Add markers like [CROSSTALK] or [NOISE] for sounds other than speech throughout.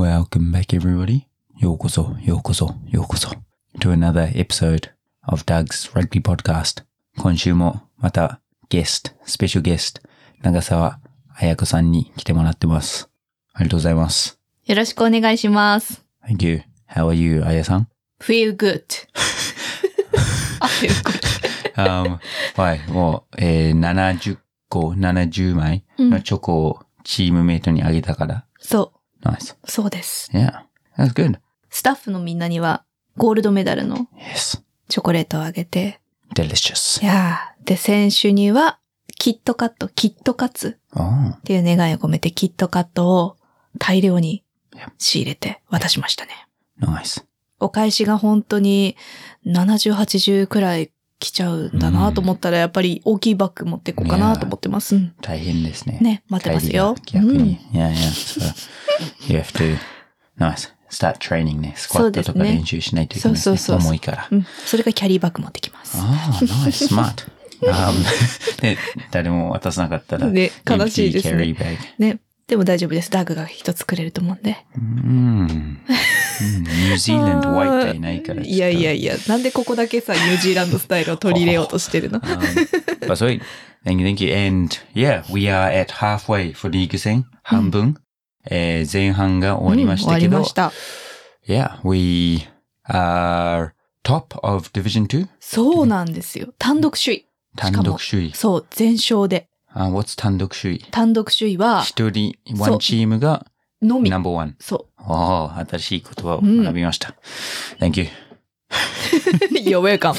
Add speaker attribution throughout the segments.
Speaker 1: Welcome back, everybody. ようこそ、ようこそ、ようこそ。To another episode of Doug's Rugby Podcast. 今週もまたゲスト、スペシャルゲスト、長澤彩子さんに来てもらってます。ありがとうございます。
Speaker 2: よろしくお願いします。
Speaker 1: Thank you. How are you, 彩さん
Speaker 2: feel good. あ、feel good.
Speaker 1: um, はい、もう、えー、70個、70枚のチョコをチームメイトにあげたから。
Speaker 2: [LAUGHS] そ
Speaker 1: Nice.
Speaker 2: う、そうです。
Speaker 1: Yeah. That's good.
Speaker 2: スタッフのみんなにはゴールドメダルの
Speaker 1: Yes.
Speaker 2: チョコレートをあげて、
Speaker 1: Delicious.
Speaker 2: いやー、で、選手にはキットカット、キットカツ
Speaker 1: Oh.
Speaker 2: っていう願いを込めてキットカットを大量に
Speaker 1: Yeah.
Speaker 2: 仕入れて渡しましたね。
Speaker 1: Nice.
Speaker 2: お返しが本当に70、80くらい来ちゃうんだなと思ったら、やっぱり大きいバッグ持っていこうかなと思ってます。うん
Speaker 1: 大変ですね。
Speaker 2: ね、待ってますよ。
Speaker 1: 帰りが逆
Speaker 2: うん
Speaker 1: に。Yeah, yeah. So, you have to, nice. Start training ね。スクワットと
Speaker 2: そうで
Speaker 1: か
Speaker 2: すね
Speaker 1: 練習しないといけないですね。
Speaker 2: そうそうそうそう
Speaker 1: 重いから
Speaker 2: う。ん。それからキャリーバッグ持ってきます。
Speaker 1: ああ、nice. Ah, Smart. Um, [LAUGHS] で、誰も渡さなかったら。
Speaker 2: ね悲しいですね
Speaker 1: empty uh, carry bag.
Speaker 2: ね。でも大丈夫です。ダグが一つくれると思うんで。
Speaker 1: うん。うんニュージーランド
Speaker 2: [LAUGHS]
Speaker 1: ワイ
Speaker 2: Uh,
Speaker 1: トがいないから。
Speaker 2: いやいや
Speaker 1: や。
Speaker 2: いや、なんでここだ
Speaker 1: [LAUGHS]
Speaker 2: けさ、ニュージーランドスタイルを取り入れようとしてるの
Speaker 1: Um, but sorry. Thank you, thank you. And yeah, we are at halfway for リーグ戦。半分。えー前半が終わり
Speaker 2: Hmm,
Speaker 1: ましたけ
Speaker 2: うん終わり
Speaker 1: ど。
Speaker 2: ました。
Speaker 1: Yeah, we are top of Division 2.
Speaker 2: そうなんですよ。単独首位。
Speaker 1: 単独首位。
Speaker 2: そう、全勝で。
Speaker 1: あ what's 単独首位
Speaker 2: 単独首位は、
Speaker 1: 一人、
Speaker 2: そう
Speaker 1: ワンチームが
Speaker 2: のみ。
Speaker 1: number one。
Speaker 2: そ
Speaker 1: おお、新しい言葉を学びました。Thank you.
Speaker 2: う。You're [LAUGHS] welcome.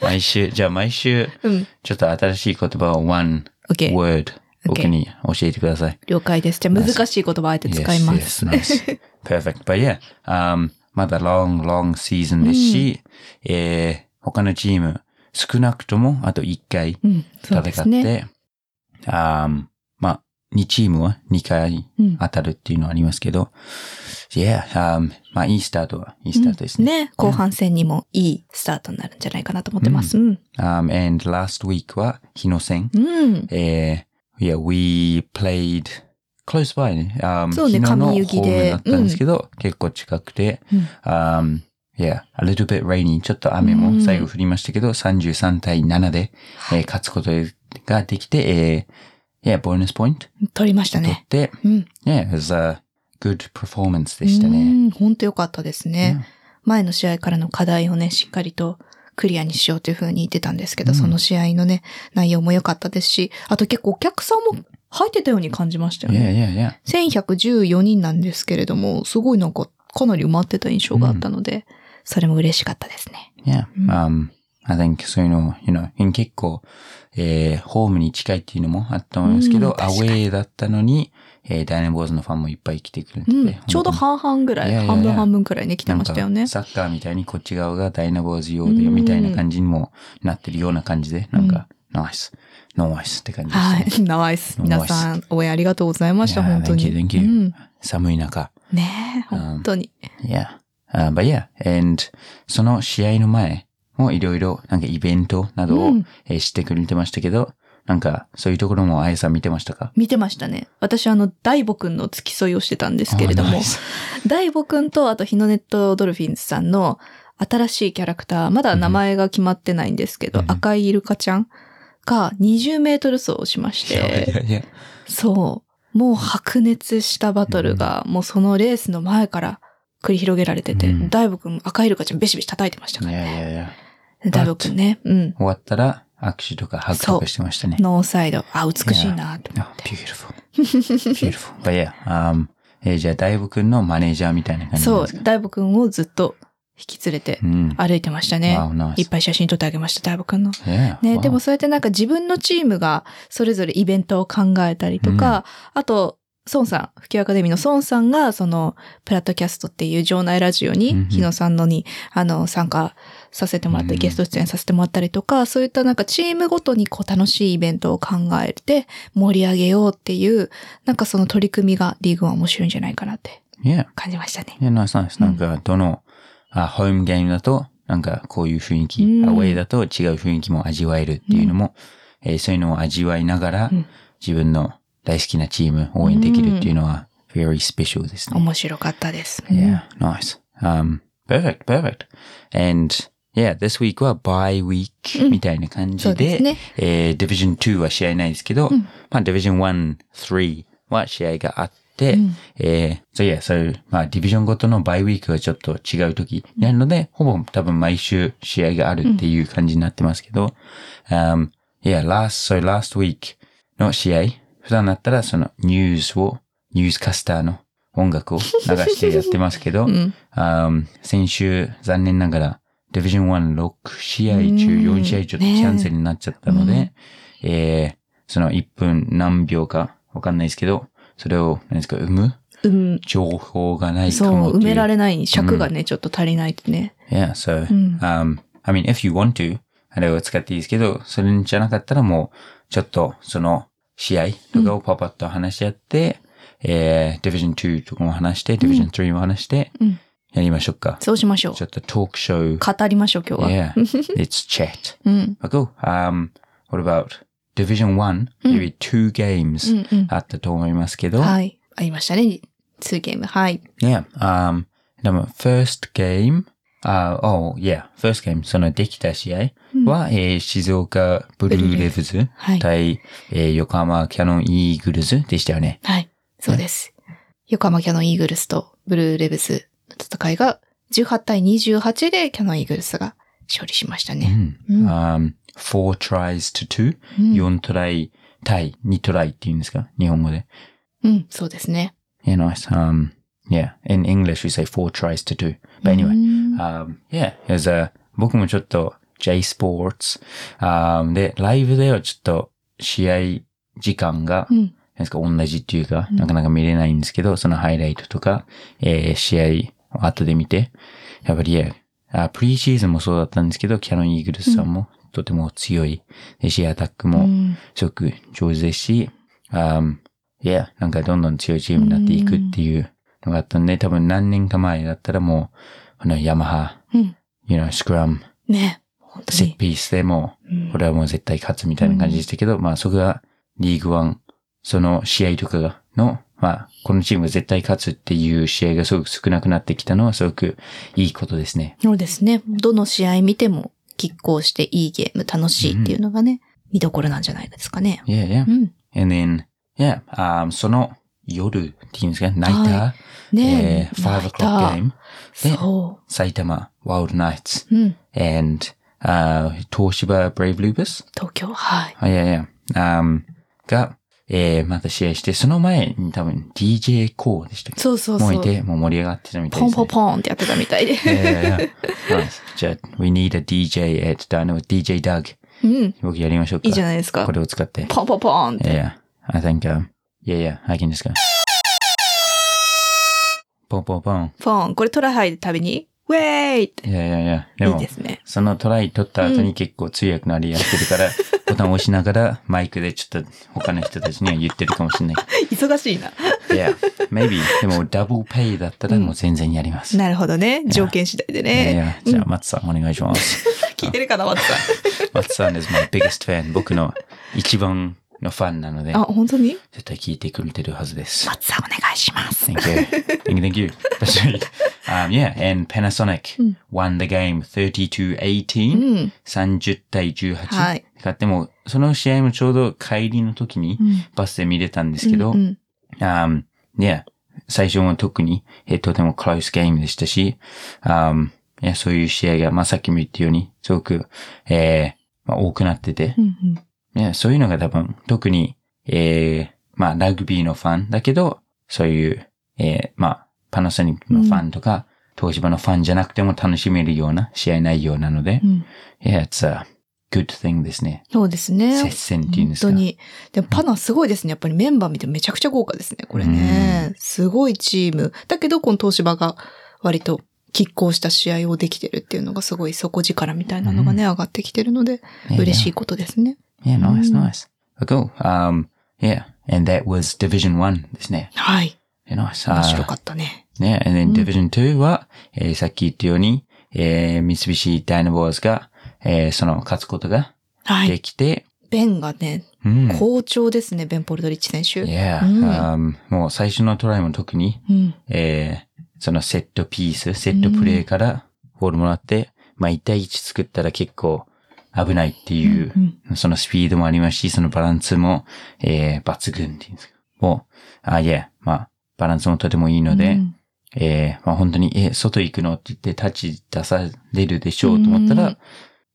Speaker 1: 毎週、じゃあ毎週、
Speaker 2: うん。
Speaker 1: ちょっと新しい言葉を one
Speaker 2: OK。
Speaker 1: word、僕に教えてください。
Speaker 2: 了解です。じゃあ難しい言葉あえて使います。
Speaker 1: Yes, yes, nice. Perfect. But yeah, um, まだ long, long season ですし、えー他のチーム、少なくともあと1回、
Speaker 2: うん。そうで
Speaker 1: 戦っ
Speaker 2: す
Speaker 1: て、
Speaker 2: ね。
Speaker 1: あーまあ、2チームは2回
Speaker 2: うん
Speaker 1: 当たるっていうのはありますけど、yeah, um, まあ、いいスタートは、いいスタートですね。
Speaker 2: ね。後半戦にもいいスタートになるんじゃないかなと思ってます。うん。
Speaker 1: Um, and last week は、日野戦。
Speaker 2: うん。
Speaker 1: えー yeah, we played close by ね。Um,
Speaker 2: そうね
Speaker 1: 日野の
Speaker 2: 上湯木で
Speaker 1: ホームだったんですけど、結構近くて、
Speaker 2: うん。
Speaker 1: um, yeah, a little bit rainy. ちょっと雨も最後降りましたけど、33対7で、えー勝つことができて、えー、yeah, ボーナスポイント
Speaker 2: 取りました
Speaker 1: 取
Speaker 2: ね
Speaker 1: っ。て、
Speaker 2: うん。
Speaker 1: Yeah, it was a good performance でしたね。
Speaker 2: うん。本当良かったですね。前の試合からの課題をね、しっかりとクリアにしようというふうに言ってたんですけど、
Speaker 1: うん
Speaker 2: その試合のね、内容も良かったですし、あと結構お客さんも入ってたように感じましたよ
Speaker 1: Yeah,
Speaker 2: ね。
Speaker 1: yeah, yeah.
Speaker 2: 1114人なんですけれども、すごいなんかかなり埋まってた印象があったので、それも嬉しかったですね。
Speaker 1: Yeah.
Speaker 2: うん
Speaker 1: Um, I think そういうの、you know, in 結構、えー、ホームに近いっていうのもあったと思いますけ
Speaker 2: う
Speaker 1: ど
Speaker 2: ん、
Speaker 1: アウ
Speaker 2: 確かに
Speaker 1: ェーだったのに、えー、ダイナボーズのファンもいっぱい来てくれて
Speaker 2: う
Speaker 1: て、
Speaker 2: ん。ちょうど半々ぐらい、
Speaker 1: いやいやいや
Speaker 2: 半分半分くらいね、来てましたよ
Speaker 1: な
Speaker 2: ね
Speaker 1: んか。サッカーみたいにこっち側がダイナボーズ用で、
Speaker 2: うん
Speaker 1: みたいな感じにもなってるような感じで、なんか、ナイス、ノーアイスって感じでした
Speaker 2: は
Speaker 1: ね。
Speaker 2: い。ナイス。皆さん、応援ありがとうございました、
Speaker 1: Yeah,
Speaker 2: 本当に。
Speaker 1: thank you, thank you.
Speaker 2: うん。
Speaker 1: 寒い中。
Speaker 2: ねえ、本当に。
Speaker 1: Yeah. Uh, but yeah, and その試合の前もいろいろなんかイベントなどを、
Speaker 2: うん
Speaker 1: えーしてくれてましたけど、なんかそういうところもあやさん見てましたか
Speaker 2: 見てましたね。私、あの、大悟くんの付き添いをしてたんですけれど
Speaker 1: あーナ
Speaker 2: も
Speaker 1: イ、ス
Speaker 2: 大悟くんと、あと、日のネットドルフィンズさんの新しいキャラクター、まだ名前が決まってないんですけど、
Speaker 1: うん
Speaker 2: 赤いイルカちゃんが20メートル走をしまし
Speaker 1: いやい
Speaker 2: て、
Speaker 1: やいや
Speaker 2: そう、もう白熱したバトルが、もうそのレースの前から繰り広げられてて、
Speaker 1: うん
Speaker 2: 大悟くん赤いイルカちゃんベシベシ叩いてましたか
Speaker 1: い
Speaker 2: ら
Speaker 1: やい
Speaker 2: ね。
Speaker 1: やいや。
Speaker 2: 大悟くんね、うん。
Speaker 1: 終わったら握手とかハグとかしてましたね。
Speaker 2: ノーサイド、あ、美しいなと思っ
Speaker 1: Oh, beautiful. beautiful. But yeah, um, えーじゃあ大悟くんのマネージャーみたいな
Speaker 2: て。
Speaker 1: 感じなん
Speaker 2: そう
Speaker 1: です、か
Speaker 2: 大悟くんをずっと引き連れて
Speaker 1: う。ん。
Speaker 2: 歩いてましたね。
Speaker 1: Wow, nice.
Speaker 2: いっぱい写真撮ってあげました、大悟くんの。
Speaker 1: Yeah.
Speaker 2: ね、
Speaker 1: wow.
Speaker 2: でもそうやってなんか自分のチームがそれぞれイベントを考えたりとか、あと、孫さん、普及アカデミーの孫さんが、その、プラットキャストっていう場内ラジ
Speaker 1: う
Speaker 2: オ
Speaker 1: んうん
Speaker 2: に、日野さんのに、あの、参加させてもらって、
Speaker 1: うん
Speaker 2: ゲスト出演させてもらったりとか、そういったなんかチームごとにこう楽しいイベントを考えて盛り上げようっていう、なんかその取り組みがリーグは面白いんじゃないかなって
Speaker 1: Yeah.
Speaker 2: 感じましたね。
Speaker 1: いや、ナイスナイス。
Speaker 2: うん
Speaker 1: なんか、どの、あ、ホームゲームだと、なんか、こういう雰囲気、
Speaker 2: うん
Speaker 1: アウェイだと違う雰囲気も味わえるっていうのも、えーそういうのを味わいながら、
Speaker 2: うん
Speaker 1: 自分の大好きなチーム応援できるっていうのは、 very special ですね。
Speaker 2: 面白かったです。
Speaker 1: Yeah, nice. Um, perfect, perfect. And yeah, this week は by week みたいな感じ
Speaker 2: そうで
Speaker 1: で、
Speaker 2: すね
Speaker 1: えー Division 2は試合ないですけど、まあ Division 1、3は試合があって、えー、so yeah, so, まあ Division ごとの by week はちょっと違う時になるので、ほぼ多分毎週試合があるっていう感じになってますけど、um, yeah, last, so last week の試合、普段だったらそのニュースを、ニュースカスターの音楽を流してやってますけ
Speaker 2: [LAUGHS]
Speaker 1: ど、
Speaker 2: うん。
Speaker 1: um, 先週、残念ながら、ディビジョン1、6試合中4試合ちょっとキャンセルになっちゃったので、えー、その1分何秒かわかんないですけど、それを、何ですか、生む
Speaker 2: うん。
Speaker 1: 情報がないか
Speaker 2: そ
Speaker 1: も
Speaker 2: う、
Speaker 1: という。
Speaker 2: 埋められない尺がね、ちょっと足りないとね。
Speaker 1: Yeah, so,
Speaker 2: うん
Speaker 1: um, I mean, if you want to, あれを使っていいですけど、それじゃなかったらもう、ちょっと、その、試合とかをパパッと話し合って、えー、ディビジョン2とかも話して、ディビジョン3も話して、
Speaker 2: うん
Speaker 1: やりましょうか。
Speaker 2: そうしましょう
Speaker 1: ち。ょっとトークショー。
Speaker 2: 語りましょう、今日は。
Speaker 1: Yeah, [LAUGHS] it's chat.
Speaker 2: うん。
Speaker 1: But cool. Um, what about Division One? Maybe two games
Speaker 2: うんうん。
Speaker 1: あったと思いますけど。
Speaker 2: はい。ありましたね。2ゲーム。はい。
Speaker 1: Yeah. Um, でも first game, uh, oh yeah, first game そのできた試合は、えー静岡ブルーレブズ
Speaker 2: はい。
Speaker 1: 対、えー横浜キャノンイーグルズでしたよね。
Speaker 2: はい。そうです。横浜キャノンイーグルスとブルーレブスの戦いが18対28でキャノンイーグルスが勝利しました
Speaker 1: う
Speaker 2: ね。
Speaker 1: ん。
Speaker 2: うん
Speaker 1: Um, four tries to two,
Speaker 2: うん
Speaker 1: 4トライ対2トライって言うんですか日本語で。
Speaker 2: うん、そうですね。
Speaker 1: Yeah, nice. Um, yeah, in English we say four tries to do. But anyway,
Speaker 2: うん
Speaker 1: um, yeah, it was a, 僕もちょっと J Sports、um, で、ライブではちょっと試合時間が、
Speaker 2: う
Speaker 1: なんんですか、同じっていうか、
Speaker 2: うん
Speaker 1: なかなか見れないんですけど、そのハイライトとか、えー試合を後で見て、やっぱり、yeah, あプリーシーズンもそうだったんですけど、キャノンイーグルスさんもとても強いですし、アタックも
Speaker 2: うん
Speaker 1: すごく上手ですし、um, yeah, なんかどんどん強いチームになっていくっていうのがあったんで、多分何年か前だったらもう、このヤマハ、
Speaker 2: うん。
Speaker 1: you know, スクラム、
Speaker 2: ね。本当
Speaker 1: セッ
Speaker 2: に。
Speaker 1: ピースでも
Speaker 2: う
Speaker 1: う、
Speaker 2: ん
Speaker 1: これはもう絶対勝つみたいな感じでしたけど、まあそこがリーグワン、その試合とかが、の、まあ、このチームが絶対勝つっていう試合がすごく少なくなってきたのはすごくいいことですね。
Speaker 2: そうですね。どの試合見ても拮抗していいゲーム楽しいっていうのがね、見どころなんじゃないですかね。
Speaker 1: Yeah, yeah.
Speaker 2: うん。
Speaker 1: And then, yeah, um, その夜っていうんですか、ナイター、
Speaker 2: はね
Speaker 1: えー、5 o'clock
Speaker 2: 泣
Speaker 1: game
Speaker 2: いた
Speaker 1: game
Speaker 2: そ
Speaker 1: 埼玉 Wild Knights
Speaker 2: う。うん。
Speaker 1: and uh, Toshiba Brave Lupus.
Speaker 2: 東京、はい。
Speaker 1: あ、いやいや、um, が、えー、また試合して、その前に多分 DJ コーでしたっけ
Speaker 2: そうそう
Speaker 1: もう
Speaker 2: そ。
Speaker 1: いうて、もう盛り上がってたみたい
Speaker 2: ポ
Speaker 1: で
Speaker 2: ン
Speaker 1: す、
Speaker 2: ポ
Speaker 1: [LAUGHS]
Speaker 2: ン
Speaker 1: ね。
Speaker 2: ポンってやってたみたいで。
Speaker 1: いやいやいや Nice. じゃあ、we need a DJ at Dino, DJ Doug.
Speaker 2: [LAUGHS] うん。
Speaker 1: 僕やりましょうか。
Speaker 2: いいじゃないですか
Speaker 1: こ。れを使って。
Speaker 2: ポンポンポンって。
Speaker 1: Yeah, I think, um, yeah, yeah, I can just go. ポンポンポン。
Speaker 2: ポン。これトラハイで食べに、ウェーイって。
Speaker 1: いやいやいや。で
Speaker 2: いい
Speaker 1: も、
Speaker 2: ですね。
Speaker 1: そのトライ取った後に結構通訳のあれやってるから、ボタンを押しながらマイクでちょっと他の人たちには言ってるかもしれない。
Speaker 2: 忙しいな。
Speaker 1: いや、maybe。でもダブルペイだったらもう全然やります。
Speaker 2: なるほどね。条件次第
Speaker 1: い
Speaker 2: で
Speaker 1: やい
Speaker 2: ね。
Speaker 1: や、じゃあ松さんお願いします。
Speaker 2: 聞いてるかな、松さ
Speaker 1: 松さん is my biggest fan。僕の一番のファンなので
Speaker 2: ん。あ、、本当に
Speaker 1: 絶対聞いてくれてるはずです。
Speaker 2: 松さんお願いします。
Speaker 1: Thank you. Thank you. Thank you. That's right. Um, yeah, and Panasonic won the game 32 18.、
Speaker 2: うん。
Speaker 1: 30対18。
Speaker 2: はい
Speaker 1: だからでも、その試合もちょうど帰りの時に
Speaker 2: うん
Speaker 1: バスで見れたんですけど、
Speaker 2: うんうん。
Speaker 1: um, yeah, 最初も特に、えーとてもクラウスゲームでしたし、um, いやそういう試合が、まあ、さっきも言ったように、すごく、えーまあ、多くなってて
Speaker 2: う、んうん
Speaker 1: いやそういうのが多分、特に、えーまあ、ラグビーのファンだけど、そういう、えーまあ、パナソニックのファンとか、東芝のファンじゃなくても楽しめるような試合内容なので、
Speaker 2: うん。
Speaker 1: Yeah, it's a good thing ですね。
Speaker 2: そうです
Speaker 1: 接
Speaker 2: ね。
Speaker 1: 戦っていうん
Speaker 2: 本
Speaker 1: ですか。
Speaker 2: 当に。でもパナすごいですね。やっぱりメンバー見てめちゃくちゃ豪華ですね。これね。すごいチーム。だけど、この東芝が割と拮抗した試合をできてるっていうのがすごい底力みたいなのがね、上がってきてるので、嬉しいことですね。
Speaker 1: Yeah, nice,
Speaker 2: うん
Speaker 1: nice. Cool. Um, yeah, and that was Division 1ですね。
Speaker 2: はい。
Speaker 1: Yeah, nice.
Speaker 2: 面白
Speaker 1: Uh,
Speaker 2: かったね。
Speaker 1: yeah, and
Speaker 2: う
Speaker 1: then
Speaker 2: ん
Speaker 1: Division 2は、えーさっき言ったように、えー、三菱ダイナボーズが、えーその勝つことが
Speaker 2: は
Speaker 1: で
Speaker 2: い。
Speaker 1: きて、
Speaker 2: ベンがね、
Speaker 1: うん。
Speaker 2: 好調ですね、ベン・ポルトリッチ選手。
Speaker 1: Yeah.
Speaker 2: う
Speaker 1: Um, もう最初のトライも特に、
Speaker 2: うん。
Speaker 1: えーそのセットピース、セットプレーからボールもらって、まあ1対1作ったら結構危ないっていう、
Speaker 2: うん
Speaker 1: そのスピードもありますし、そのバランスも、えー抜群っていうんですか。もう、あ、いえ、まあ、バランスもとてもいいので、
Speaker 2: うん
Speaker 1: えーまあ本当に、え、外行くのって言って立ち出されるでしょうと思ったら、
Speaker 2: うん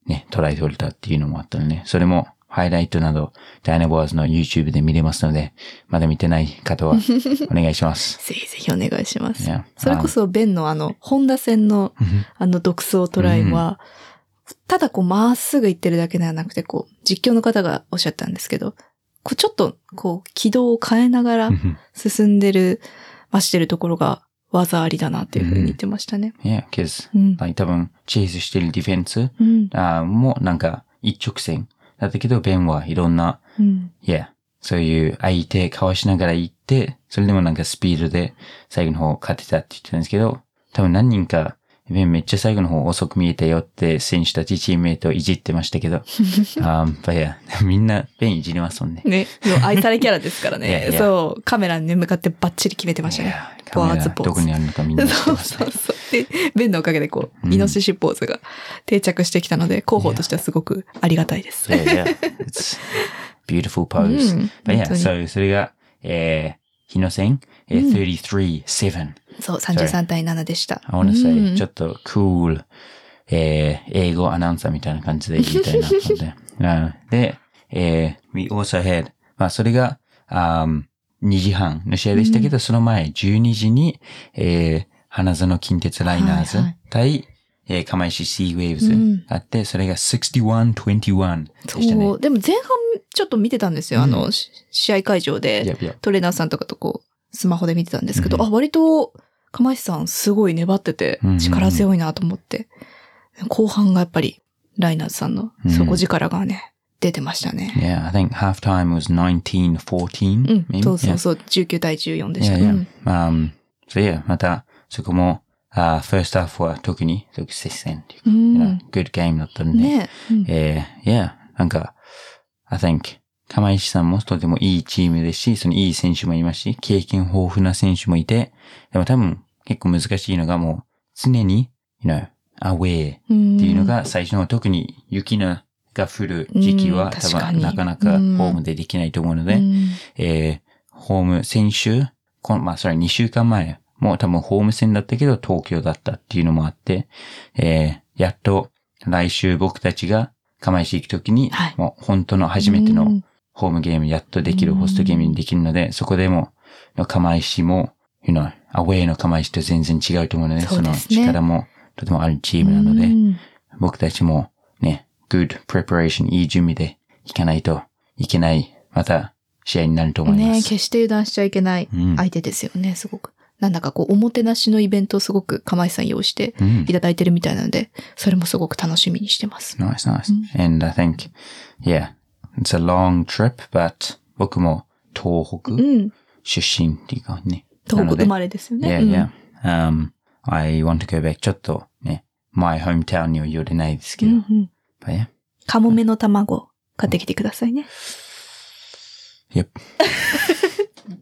Speaker 1: ね、トライ取れたっていうのもあったのね。それも、ハイライトなど、ダイナボーズの YouTube で見れますので、まだ見てない方
Speaker 2: [LAUGHS]
Speaker 1: は、お願いします。
Speaker 2: ぜひぜひお願いします。
Speaker 1: Yeah.
Speaker 2: それこそベンのあの、本田戦の
Speaker 1: うん
Speaker 2: あの独走トライは、ただこうまっすぐ行ってるだけではなくて、こう、実況の方がおっしゃったんですけど、こうちょっとこう軌道を変えながら
Speaker 1: うん
Speaker 2: 進んでる、ましてるところが技ありだなっていうふうに言ってましたね。
Speaker 1: Yeah, cause,
Speaker 2: うん。
Speaker 1: like, 多分、チェイスしてるディフェンス
Speaker 2: うん。
Speaker 1: あーもなんか一直線だったけど、ベンはいろんな、
Speaker 2: うん。
Speaker 1: Yeah, そういう相手かわしながら行って、それでもなんかスピードで最後の方勝てたって言ってたんですけど、多分何人か、ベンめっちゃ最後の方遅く見えたよって選手たちチームメイトをいじってました
Speaker 2: [LAUGHS]
Speaker 1: けど、あー、but yeah, [LAUGHS] みんなベンいじりますもんね。
Speaker 2: ね、もう愛されキャラですから [LAUGHS]
Speaker 1: いや
Speaker 2: ね
Speaker 1: い。や
Speaker 2: そう、カメラにね向かってバッチリ決めてましたね。
Speaker 1: いやーカメラどこにあるのかみんな知って
Speaker 2: そう
Speaker 1: ます
Speaker 2: そ
Speaker 1: ね
Speaker 2: う。そう。で、ベンのおかげでこ
Speaker 1: う
Speaker 2: う、
Speaker 1: ん
Speaker 2: イノシシポーズが定着してきたので、広報としてはすごくありがたいです。
Speaker 1: Yeah, yeah. It's
Speaker 2: [LAUGHS]
Speaker 1: beautiful
Speaker 2: う
Speaker 1: pose.
Speaker 2: ん
Speaker 1: But
Speaker 2: 本
Speaker 1: yeah,
Speaker 2: 当に
Speaker 1: so それが、えー、日野戦、え
Speaker 2: うん
Speaker 1: ー、33-7.
Speaker 2: そう、33対7でした。
Speaker 1: I wanna say,、
Speaker 2: うん
Speaker 1: ちょっと cool, えー、英語アナウンサーみたいな感じで言いたいなと思って。 [LAUGHS] なで、えー、we also had, まあそれが、あー2時半の試合でしたけど、その前12時に、えー、花園近鉄ライナーズ
Speaker 2: はい
Speaker 1: 対、えー、釜石シーウェーブ
Speaker 2: う
Speaker 1: ズ
Speaker 2: ん
Speaker 1: あって、それが61-21でしたね。
Speaker 2: そう、でも前半ちょっと見てたんですよ。あ
Speaker 1: う
Speaker 2: の、し試合会場で、
Speaker 1: Yep, yep.
Speaker 2: トレーナーさんとかとこう、スマホで見てたんですけ
Speaker 1: うん
Speaker 2: ど、あ、割と、釜石さんすごい粘ってて
Speaker 1: うん、
Speaker 2: 力強いなと思って。後半がやっぱり、ライナーズさんの底力がね、出てましたね。
Speaker 1: Yeah, I think half time was 19 14.
Speaker 2: うん
Speaker 1: maybe?、
Speaker 2: そうそうそう、19対14でした。
Speaker 1: Yeah, yeah.
Speaker 2: うん
Speaker 1: Um, so yeah, またそこも、あ first half は特にすごく接戦っていう
Speaker 2: う
Speaker 1: か、you
Speaker 2: ん
Speaker 1: know, good game だったんで。
Speaker 2: ねうん
Speaker 1: えー、yeah, なんか、I think 釜石さんもとてもいいチームですし、そのいい選手もいますし、経験豊富な選手もいて、でも多分結構難しいのがもう常に、you know, away っていうのが最初の特に雪のが降る時期
Speaker 2: うん
Speaker 1: は多
Speaker 2: 確か
Speaker 1: 分
Speaker 2: に
Speaker 1: なかなかホ
Speaker 2: うん
Speaker 1: ームでできないと思うの
Speaker 2: う
Speaker 1: で、
Speaker 2: ん
Speaker 1: えーホーム先週、このまあそれ2週間前も多分ホーム戦だったけど東京だったっていうのもあって、えーやっと来週僕たちが釜石行くときに、
Speaker 2: はい
Speaker 1: もう本当の初めて
Speaker 2: う
Speaker 1: の
Speaker 2: ん
Speaker 1: ホームゲームやっとできる
Speaker 2: うん
Speaker 1: ホストゲームにできるので、そこでも釜石も、you know, アウェイの釜石と全然違うと思うので、
Speaker 2: そうで
Speaker 1: の
Speaker 2: すね
Speaker 1: 力もとてもあるチームなので、
Speaker 2: うん
Speaker 1: 僕たちもね、good preparation、いい準備でいかないといけない、また試合になると思いま
Speaker 2: ね
Speaker 1: す。
Speaker 2: 決して油断しちゃいけない
Speaker 1: うん
Speaker 2: 相手ですよね、すごく。なんだかこう、おもてなしのイベントをすごく釜石さん用意して
Speaker 1: うん
Speaker 2: いただいてるみたいなので、それもすごく楽しみにしてます。
Speaker 1: Nice, nice. And I think, yeah, it's a long trip, but 僕も東
Speaker 2: う
Speaker 1: 北
Speaker 2: ん。
Speaker 1: 出身っていうかね。
Speaker 2: 東
Speaker 1: な
Speaker 2: 北
Speaker 1: ので
Speaker 2: 生まれですよね。
Speaker 1: Yeah,
Speaker 2: うん
Speaker 1: yeah. Um, I want to go back ちょっとね、my hometown には寄れないですけど。
Speaker 2: うんうん。
Speaker 1: But yeah.
Speaker 2: カモメの卵、買ってきてくださいね。
Speaker 1: Yep.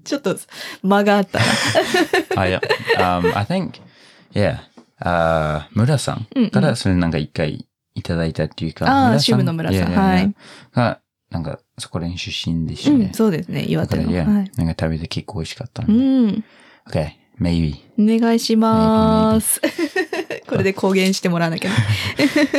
Speaker 2: ちょっと間があったら。
Speaker 1: I, [LAUGHS] um, I think, yeah, uh, 村さ
Speaker 2: うんうん
Speaker 1: んからそれなんか一回いただいたっていうか、
Speaker 2: ああ
Speaker 1: 村さん
Speaker 2: 主婦の村さん
Speaker 1: yeah, yeah, yeah.
Speaker 2: はい
Speaker 1: が、なんかそこら辺出身でし
Speaker 2: う
Speaker 1: た
Speaker 2: ん、
Speaker 1: ね。
Speaker 2: そうですね、岩
Speaker 1: だか
Speaker 2: 手
Speaker 1: ら、
Speaker 2: の。
Speaker 1: yeah
Speaker 2: はい。
Speaker 1: なんか食べて結構美味しかったん
Speaker 2: う
Speaker 1: で。
Speaker 2: ん。
Speaker 1: Okay, maybe.
Speaker 2: お願いします。 [LAUGHS] これで公言してもらわ [LAUGHS] なきゃね。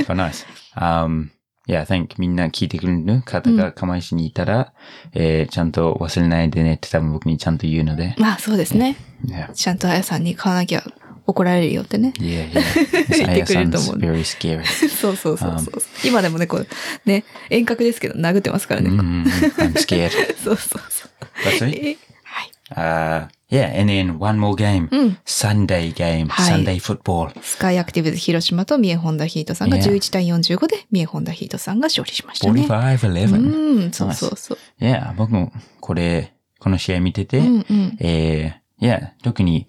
Speaker 1: Oh, nice. Um, yeah, I think みんな聞いてくれる方が釜石にいたら、えーちゃんと忘れないでねって多分僕にちゃんと言うので。
Speaker 2: まあそうですね。
Speaker 1: Yeah,。
Speaker 2: ちゃんとあやさんに買わなきゃ怒られるよってね
Speaker 1: yeah,
Speaker 2: [LAUGHS]
Speaker 1: yeah.
Speaker 2: 言ってくれると思う
Speaker 1: Ayasan's very scary.
Speaker 2: [LAUGHS] そうそうそうそう。今でもね、こう、ね、遠隔ですけど殴ってますからね。
Speaker 1: Mm, mm, mm. I'm scared.
Speaker 2: [LAUGHS] そうそうそう。
Speaker 1: But so,
Speaker 2: えは
Speaker 1: Uh,
Speaker 2: い。
Speaker 1: yeah, and then one more game.
Speaker 2: [LAUGHS] うん
Speaker 1: Sunday game,
Speaker 2: Hi.
Speaker 1: Sunday football.
Speaker 2: スカイアクティブズ広島と三重ホンダヒートさんが
Speaker 1: Yeah.
Speaker 2: 11対45で三重ホンダヒートさんが勝利しましたね。
Speaker 1: 45
Speaker 2: う
Speaker 1: 11.
Speaker 2: ん、そうそうそう。
Speaker 1: Yeah, 僕もこれ、この試合見てて、
Speaker 2: うんうん。
Speaker 1: えー、yeah, 特に、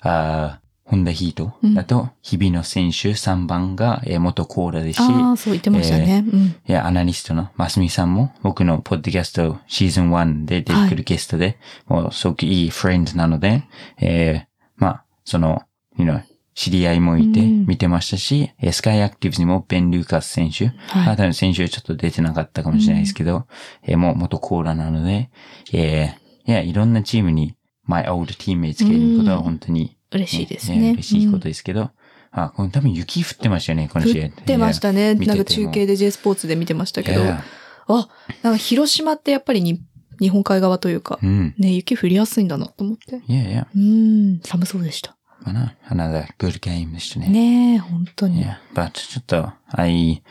Speaker 1: あーホンダヒートだと、日々の選手3番が、えー元コーラですし、
Speaker 2: ああ、そう言ってましたね。うん。
Speaker 1: いや、アナリストのマスミさんも、僕のポッドキャストシーズン1で出てくるゲストで、もうすごくいいフレンズなので、えーまあ、その、you know 知り合いもいて
Speaker 2: うん
Speaker 1: 見てましたし、えースカイアクティブズにもベン・ルーカス選手、
Speaker 2: はい
Speaker 1: あたの選手はちょっと出てなかったかもしれないですけど、えーもう元コーラなので、えーいや、いろんなチームに my old teammates がいることは本当に、
Speaker 2: 嬉しいです
Speaker 1: ね
Speaker 2: ね。
Speaker 1: 嬉しいこと
Speaker 2: うん
Speaker 1: ですけど、あ、これ多分雪降ってましたよね、この試合。
Speaker 2: 降ってましたね。
Speaker 1: 見てて
Speaker 2: な
Speaker 1: も
Speaker 2: んか中継で J スポーツで見てましたけど。
Speaker 1: い
Speaker 2: あ
Speaker 1: や、
Speaker 2: なんか広島ってやっぱりに日本海側というか、
Speaker 1: うん。
Speaker 2: ね、雪降りやすいんだなと思って。
Speaker 1: Yeah, yeah.
Speaker 2: うん、寒そうでした。
Speaker 1: まあな、another good game でしたね。
Speaker 2: ねえ、本当に。
Speaker 1: Yeah, but ちょっと、I,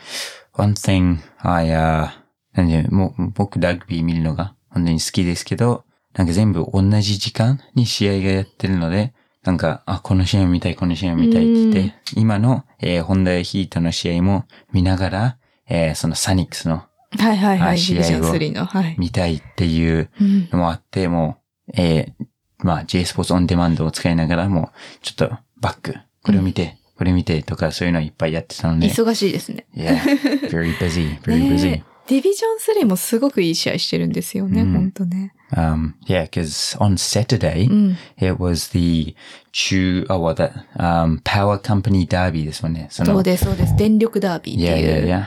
Speaker 1: one thing I, uh, なんで、もう、僕ラグビー見るのが本当に好きですけど、なんか全部同じ時間に試合がやってるので、なんか、あ、この試合見たい、この試合見たいって言って、
Speaker 2: うん
Speaker 1: 今の、えー、ホンダヒートの試合も見ながら、えー、そのサニックスの
Speaker 2: はいはいは。
Speaker 1: はいい
Speaker 2: ディビジョン
Speaker 1: 試合を
Speaker 2: 3の。はい。
Speaker 1: 見たいっていう
Speaker 2: うん
Speaker 1: のもあって、もう、えー、まあ J スポーツオンデマンドを使いながらも、ちょっとバック、これを見て、これ見てとかそういうのをいっぱいやってたので。
Speaker 2: 忙しいですね。
Speaker 1: Yeah, very busy, very
Speaker 2: ね [LAUGHS]
Speaker 1: busy.
Speaker 2: えディビジョン3もすごくいい試合してるんですよね、
Speaker 1: うん
Speaker 2: 本当ね。
Speaker 1: Um, yeah, because on Saturday
Speaker 2: うん。
Speaker 1: it was the Chu, oh well, that um power company derby. This one, yeah. So
Speaker 2: そうです、そうです。電力ダービーっ
Speaker 1: yeah,
Speaker 2: て
Speaker 1: yeah,
Speaker 2: いう。
Speaker 1: yeah.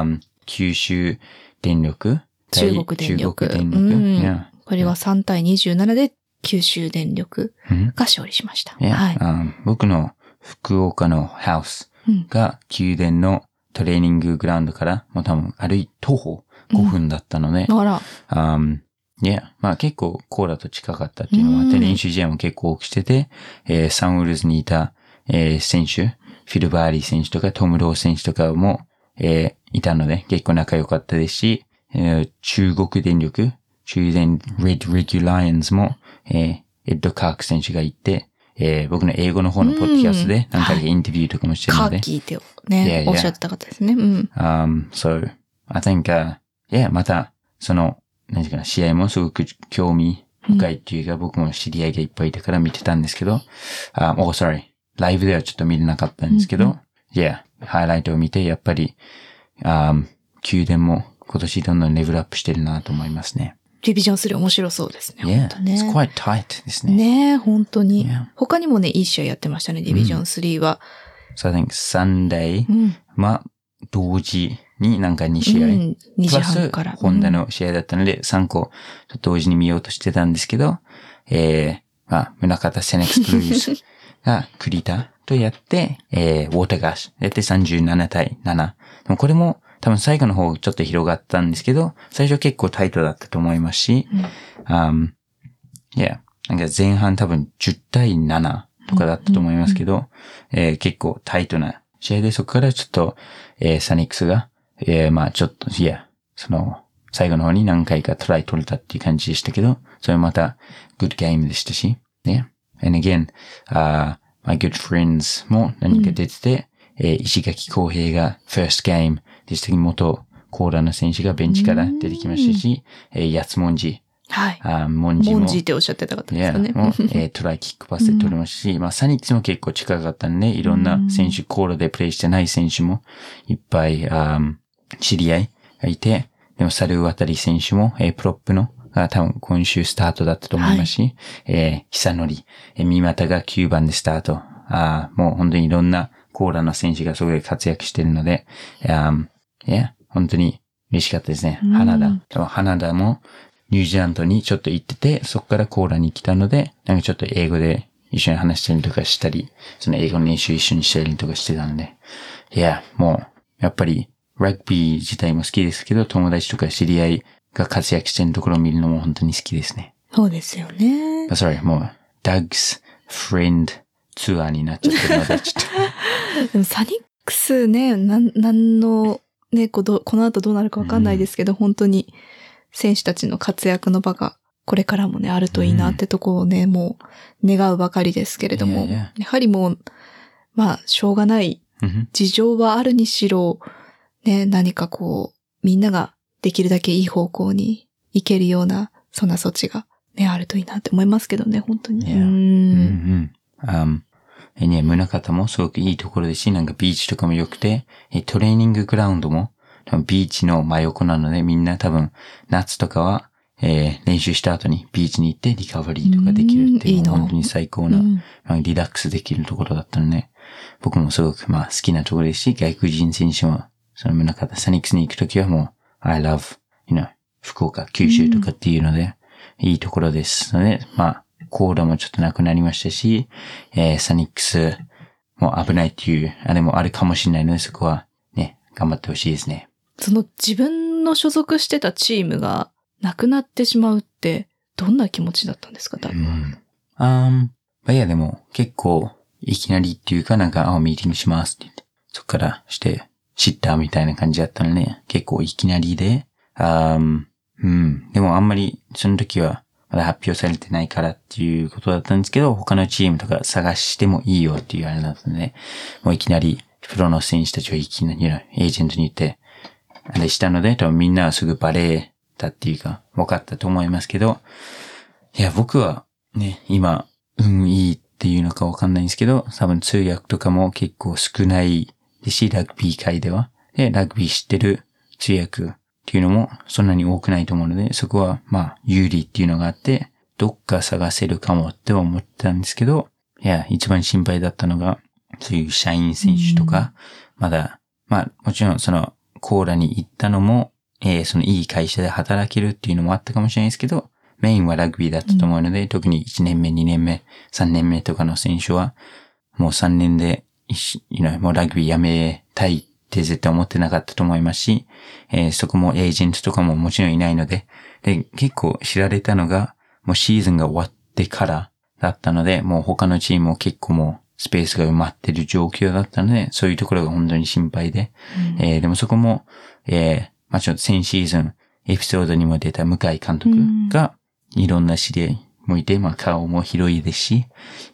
Speaker 1: Um, 九州電力対
Speaker 2: 中国電力
Speaker 1: 中国電力。
Speaker 2: うん
Speaker 1: Yeah.
Speaker 2: これは3対27で九州電力
Speaker 1: うん
Speaker 2: が勝利しました。
Speaker 1: Yeah.
Speaker 2: はい。
Speaker 1: Um, 僕の福岡のハウス
Speaker 2: うん
Speaker 1: が宮殿のトレーニンググラウンドからもう多分歩い徒歩5分だったので、
Speaker 2: あら、
Speaker 1: Um, yeah. まあ結構コーラと近かったっていうのもあって、
Speaker 2: うん
Speaker 1: 練習試合も結構多くしてて、えーサンウルズにいた、えー選手、フィルバーリー選手とかトム・ロー選手とかも、えーいたので結構仲良かったですし、えー中国電力、中電、Red Ricky Lions も、えーエッド・カーク選手がいて、えー僕の英語の方のポッドキャストで何回かインタビューとかもしてる
Speaker 2: カ
Speaker 1: ので
Speaker 2: ー、キーってね、
Speaker 1: Yeah, yeah.
Speaker 2: おっしゃってた方ですね。うん。
Speaker 1: Um, so, I think, uh, yeah, また、その、何ですかね、試合もすごく興味深いっていうか、僕も知り合いがいっぱいいたから見てたんですけど、あ、oh, sorry. ライブではちょっと見れなかったんですけど、
Speaker 2: うん
Speaker 1: yeah, ハイライトを見て、やっぱり、あ宮殿も今年どんどんレベルアップしてるなと思いますね。
Speaker 2: ディビジョン3面白そうですね。
Speaker 1: Yeah,
Speaker 2: 本当ね。
Speaker 1: it's quite tight ですね。
Speaker 2: ねえ、本当に
Speaker 1: Yeah.。
Speaker 2: 他にもね、いい試合やってましたね、ディビジョン3は。
Speaker 1: So I think Sunday
Speaker 2: うん。
Speaker 1: は同時になんか2試合、
Speaker 2: うん2
Speaker 1: プ
Speaker 2: 時
Speaker 1: ラス
Speaker 2: 半から。
Speaker 1: ホンダの試合だったので、3個と同時に見ようとしてたんですけど、えー、まあ、宗像セネックスブルースが栗田とやって、えー、ウォーターガッシュやって37対7。でもこれも多分最後の方ちょっと広がったんですけど、最初結構タイトだったと思いますし、um, yeah. なんか前半多分10対7とかだったと思いますけど、えー結構タイトな試合で、そこからちょっと、えーサニックスが、えーまあちょっと、いや、その、最後の方に何回かトライ取れたっていう感じでしたけど、それまた、good game でしたし、ね。And again, uh, my good friends も何か出てて、えー石垣公平が first game でしたけど、元コーラの選手がベンチから出てきましたし、えー、八つ文字、
Speaker 2: はい。
Speaker 1: あーモンジ
Speaker 2: モ
Speaker 1: も
Speaker 2: ンジーっておっしゃってた方です
Speaker 1: Yeah,
Speaker 2: よね。
Speaker 1: もうえートライキックパスで取れますし、まあサニックスも結構近かったんで、いろんな選手、コーラでプレイしてない選手もいっぱい、あー知り合いがいて、でもサルワタリ選手も、えープロップの、が多分今週スタートだったと思いますし、えー、久則、えー、三股が9番でスタート。あーもう本当にいろんなコーラの選手がすごい活躍してるので、あーいや、本当に嬉しかったですね。
Speaker 2: うん
Speaker 1: 花田。でも花田もニュージーランドにちょっと行ってて、そこからコーラに来たので、なんかちょっと英語で一緒に話したりとかしたり、その英語の練習一緒にしたりとかしてたので、いや、もう、やっぱり、ラグビー自体も好きですけど、友達とか知り合いが活躍してるところを見るのも本当に好きですね。
Speaker 2: そうですよね。
Speaker 1: あ sorry, もう、Doug's Friend ツアーになっちゃってるので、ちょ
Speaker 2: [LAUGHS]
Speaker 1: っ
Speaker 2: でもサニックスね、なん、なんの、ね、こうどうこの後どうなるかわかんないですけど、本当に選手たちの活躍の場がこれからもね、あるといいなってとこをね、もう願うばかりですけれど
Speaker 1: いや
Speaker 2: も、
Speaker 1: いや
Speaker 2: やはりもう、まあ、しょうがない
Speaker 1: とうん
Speaker 2: 事情はあるにしろ、ね、何かこう、みんなができるだけいい方向に行けるような、そんな措置がね、あるといいなって思いますけどね、本当に。
Speaker 1: いや
Speaker 2: う
Speaker 1: うん
Speaker 2: ん
Speaker 1: うん。Um, えね、宗像もすごくいいところですし、なんかビーチとかも良くて、えトレーニンググラウンドも、多分ビーチの真横なので、みんな多分、夏とかは、えー練習した後にビーチに行ってリカバリーとかできるっていうう、
Speaker 2: んいいな
Speaker 1: 本当に最高
Speaker 2: う
Speaker 1: な、
Speaker 2: ん
Speaker 1: まあ、リラックスできるところだったので、僕もすごくまあ好きなところですし、外国人選手も、その宗像サニックスに行くときはもう、I love, you know, 福岡、九州とかっていうので、いいところですので、まあ、コーラもちょっとなくなりましたし、えーサニックスも危ないっていう、あれもあるかもしれないので、そこはね、頑張ってほしいですね。
Speaker 2: その自分の所属してたチームがなくなってしまうって、どんな気持ちだったんですか、だ
Speaker 1: うん。あーん。まあ、いや、でも、結構、いきなりっていうかなんか、あ、ミーティングしますって言って、そっからして、知ったみたいな感じだったのね、結構いきなりで、あーん、うん。でもあんまり、その時は、まだ発表されてないからっていうことだったんですけど、他のチームとか探してもいいよっていうあれだったので、もういきなり、プロの選手たちをいきなり、エージェントに言って、あれしたので、多分みんなはすぐバレたっていうか、分かったと思いますけど、いや、僕はね、今、うん、いいっていうのかわかんないんですけど、多分通訳とかも結構少ないですし、ラグビー界では。で、ラグビー知ってる通訳っていうのもそんなに多くないと思うので、そこはまあ有利っていうのがあって、どっか探せるかもって思ってたんですけど、いや、一番心配だったのが、そういう社員選手とか、まだ、まあもちろんそのコーラに行ったのも、えーそのいい会社で働けるっていうのもあったかもしれないですけど、メインはラグビーだったと思うので、特に1年目、2年目、3年目とかの選手は、もう3年で、いし you know もうラグビーやめたいって絶対思ってなかったと思いますし、えーそこもエージェントとかももちろんいないので、で、結構知られたのが、もうシーズンが終わってからだったので、もう他のチームも結構もうスペースが埋まってる状況だったので、そういうところが本当に心配で、
Speaker 2: うん
Speaker 1: えーでもそこも、えーまあちょっと先シーズンエピソードにも出た向井監督が、いろんな知り合いもいて、まあ顔も広いですし、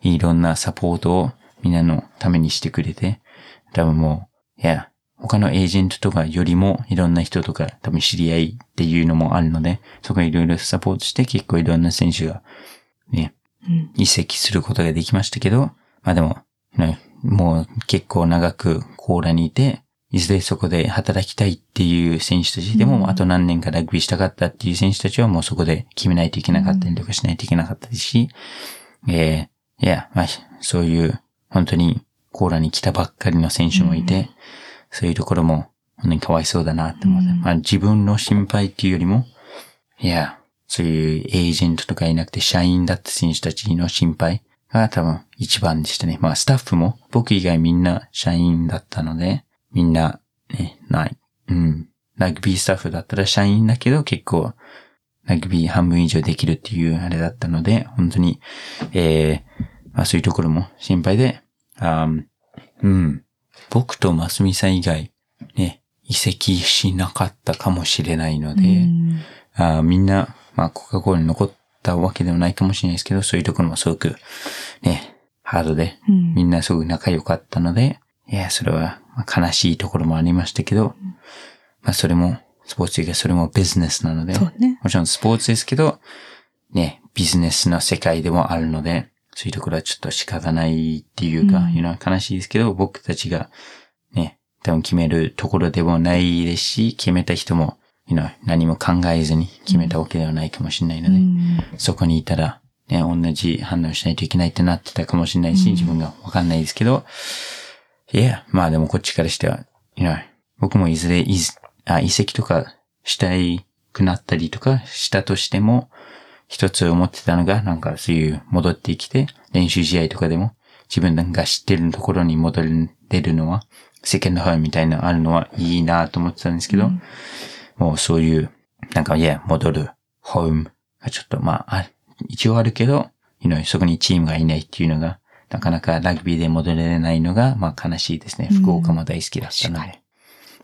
Speaker 1: いろんなサポートをみんなのためにしてくれて、多分もう、いや、他のエージェントとかよりもいろんな人とか多分知り合いっていうのもあるので、そこいろいろサポートして結構いろんな選手がね、
Speaker 2: うん
Speaker 1: 移籍することができましたけど、まあでも、ねもう結構長くコーラにいて、いずれそこで働きたいっていう選手たちでも、
Speaker 2: うん
Speaker 1: あと何年かラグビーしたかったっていう選手たちはもうそこで決めないといけなかったりとかしないといけなかったですし、えーいや、まあ、そういう、本当にコーラに来たばっかりの選手もいて、
Speaker 2: うん
Speaker 1: そういうところも、本当にかわいそうだなって思って、
Speaker 2: うん
Speaker 1: まあ自分の心配っていうよりも、いや、そういうエージェントとかいなくて社員だった選手たちの心配が多分一番でしたね。まあスタッフも僕以外みんな社員だったので、みんな、ね、ない。うん。ラグビースタッフだったら社員だけど結構ラグビー半分以上できるっていうあれだったので、本当に、えー、まあそういうところも心配で、あーうん。僕とマスミさん以外、ね、移籍しなかったかもしれないので、
Speaker 2: うん
Speaker 1: あーみんな、まあ、コカ・コーラに残ったわけではないかもしれないですけど、そういうところもすごく、ね、ハードで、
Speaker 2: うん
Speaker 1: みんなすごく仲良かったので、いや、それはまあ悲しいところもありましたけど、まあ、それも、スポーツというか、それもビジネスなので、
Speaker 2: そうね。
Speaker 1: もちろんスポーツですけど、ね、ビジネスの世界でもあるので、そういうところはちょっと仕方ないっていうか、
Speaker 2: うん
Speaker 1: いうのは悲しいですけど、僕たちが、ね、多分決めるところでもないですし、決めた人も、you know 何も考えずに決めたわけではないかもしれないので、
Speaker 2: うん
Speaker 1: そこにいたら、ね、同じ反応しないといけないってなってたかもしれないし、
Speaker 2: うん
Speaker 1: 自分がわかんないですけど、いや、まあでもこっちからしては、いない。僕もいずれいずあ移籍とかしたいくなったりとかしたとしても、一つ思ってたのが、なんかそういう戻ってきて、練習試合とかでも、自分が知ってるところに戻れるのは、世間の範囲みたいなのあるのはいいなと思ってたんですけど、
Speaker 2: うん
Speaker 1: もうそういう、なんか、いや、戻る、ホームがちょっと、まあ、あ一応あるけど、you know そこにチームがいないっていうのが、なかなかラグビーで戻れないのが、まあ悲しいですね。
Speaker 2: うん
Speaker 1: 福岡も大好きだったの
Speaker 2: 確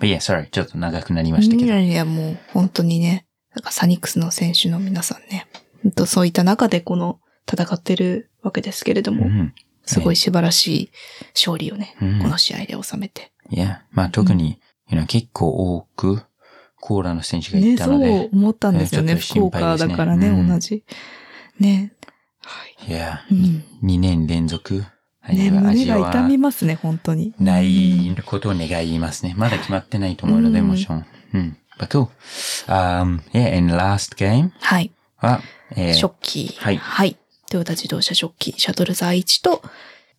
Speaker 1: で。いや、sorry, ちょっと長くなりましたけ
Speaker 2: い
Speaker 1: ど
Speaker 2: や。いや、もう本当にね、なんかサニックスの選手の皆さんね、ほんとそういった中でこの戦ってるわけですけれど
Speaker 1: う
Speaker 2: も、
Speaker 1: ん。
Speaker 2: すごい素晴らしい勝利をね、
Speaker 1: うん
Speaker 2: この試合で収めて。
Speaker 1: いや、まあ特に、you know 結構多く、コーラの選手がい
Speaker 2: ね、
Speaker 1: た
Speaker 2: そ
Speaker 1: ので、
Speaker 2: う思ったんですよね。
Speaker 1: ねち
Speaker 2: 福
Speaker 1: ょっと心配
Speaker 2: 岡
Speaker 1: です
Speaker 2: だ
Speaker 1: ね
Speaker 2: からね、
Speaker 1: うん
Speaker 2: 同じ。ね。はい。
Speaker 1: いや、
Speaker 2: うん。
Speaker 1: 2年連続、アジ
Speaker 2: ね、
Speaker 1: アは
Speaker 2: 胸が痛みますね、本当に。
Speaker 1: ないことを願いますね。まだ決まってないと思うので、
Speaker 2: うん
Speaker 1: もちろん。うん。But cool. Um, yeah, and last game
Speaker 2: はい。
Speaker 1: は、えー
Speaker 2: ショッキー。
Speaker 1: はい
Speaker 2: トヨタ自動車ショッキー、シャトルザ1と、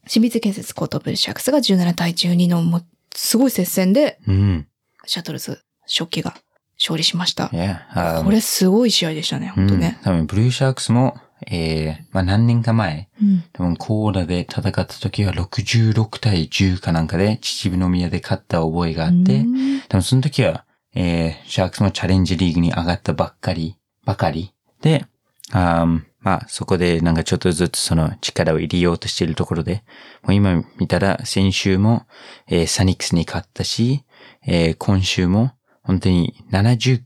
Speaker 2: 清水建設コートブルシャックスが17対12の、もうすごい接戦で、
Speaker 1: うん。
Speaker 2: シャトルズ、ショッキーが勝利しました。
Speaker 1: Yeah. um,
Speaker 2: これすごい試合でしたね、
Speaker 1: う
Speaker 2: 本当
Speaker 1: ん
Speaker 2: ね。
Speaker 1: 多分、ブルーシャークスも、えー、まあ何年か前、
Speaker 2: うん。
Speaker 1: 多分コーラで戦った時は66対10かなんかで、秩父宮で勝った覚えがあって、
Speaker 2: うん
Speaker 1: 多分その時は、えー、シャークスもチャレンジリーグに上がったばっかり、ばかり。で、あーまあそこでなんかちょっとずつその力を入れようとしているところで、もう今見たら先週も、えーサニックスに勝ったし、えー今週も本当に78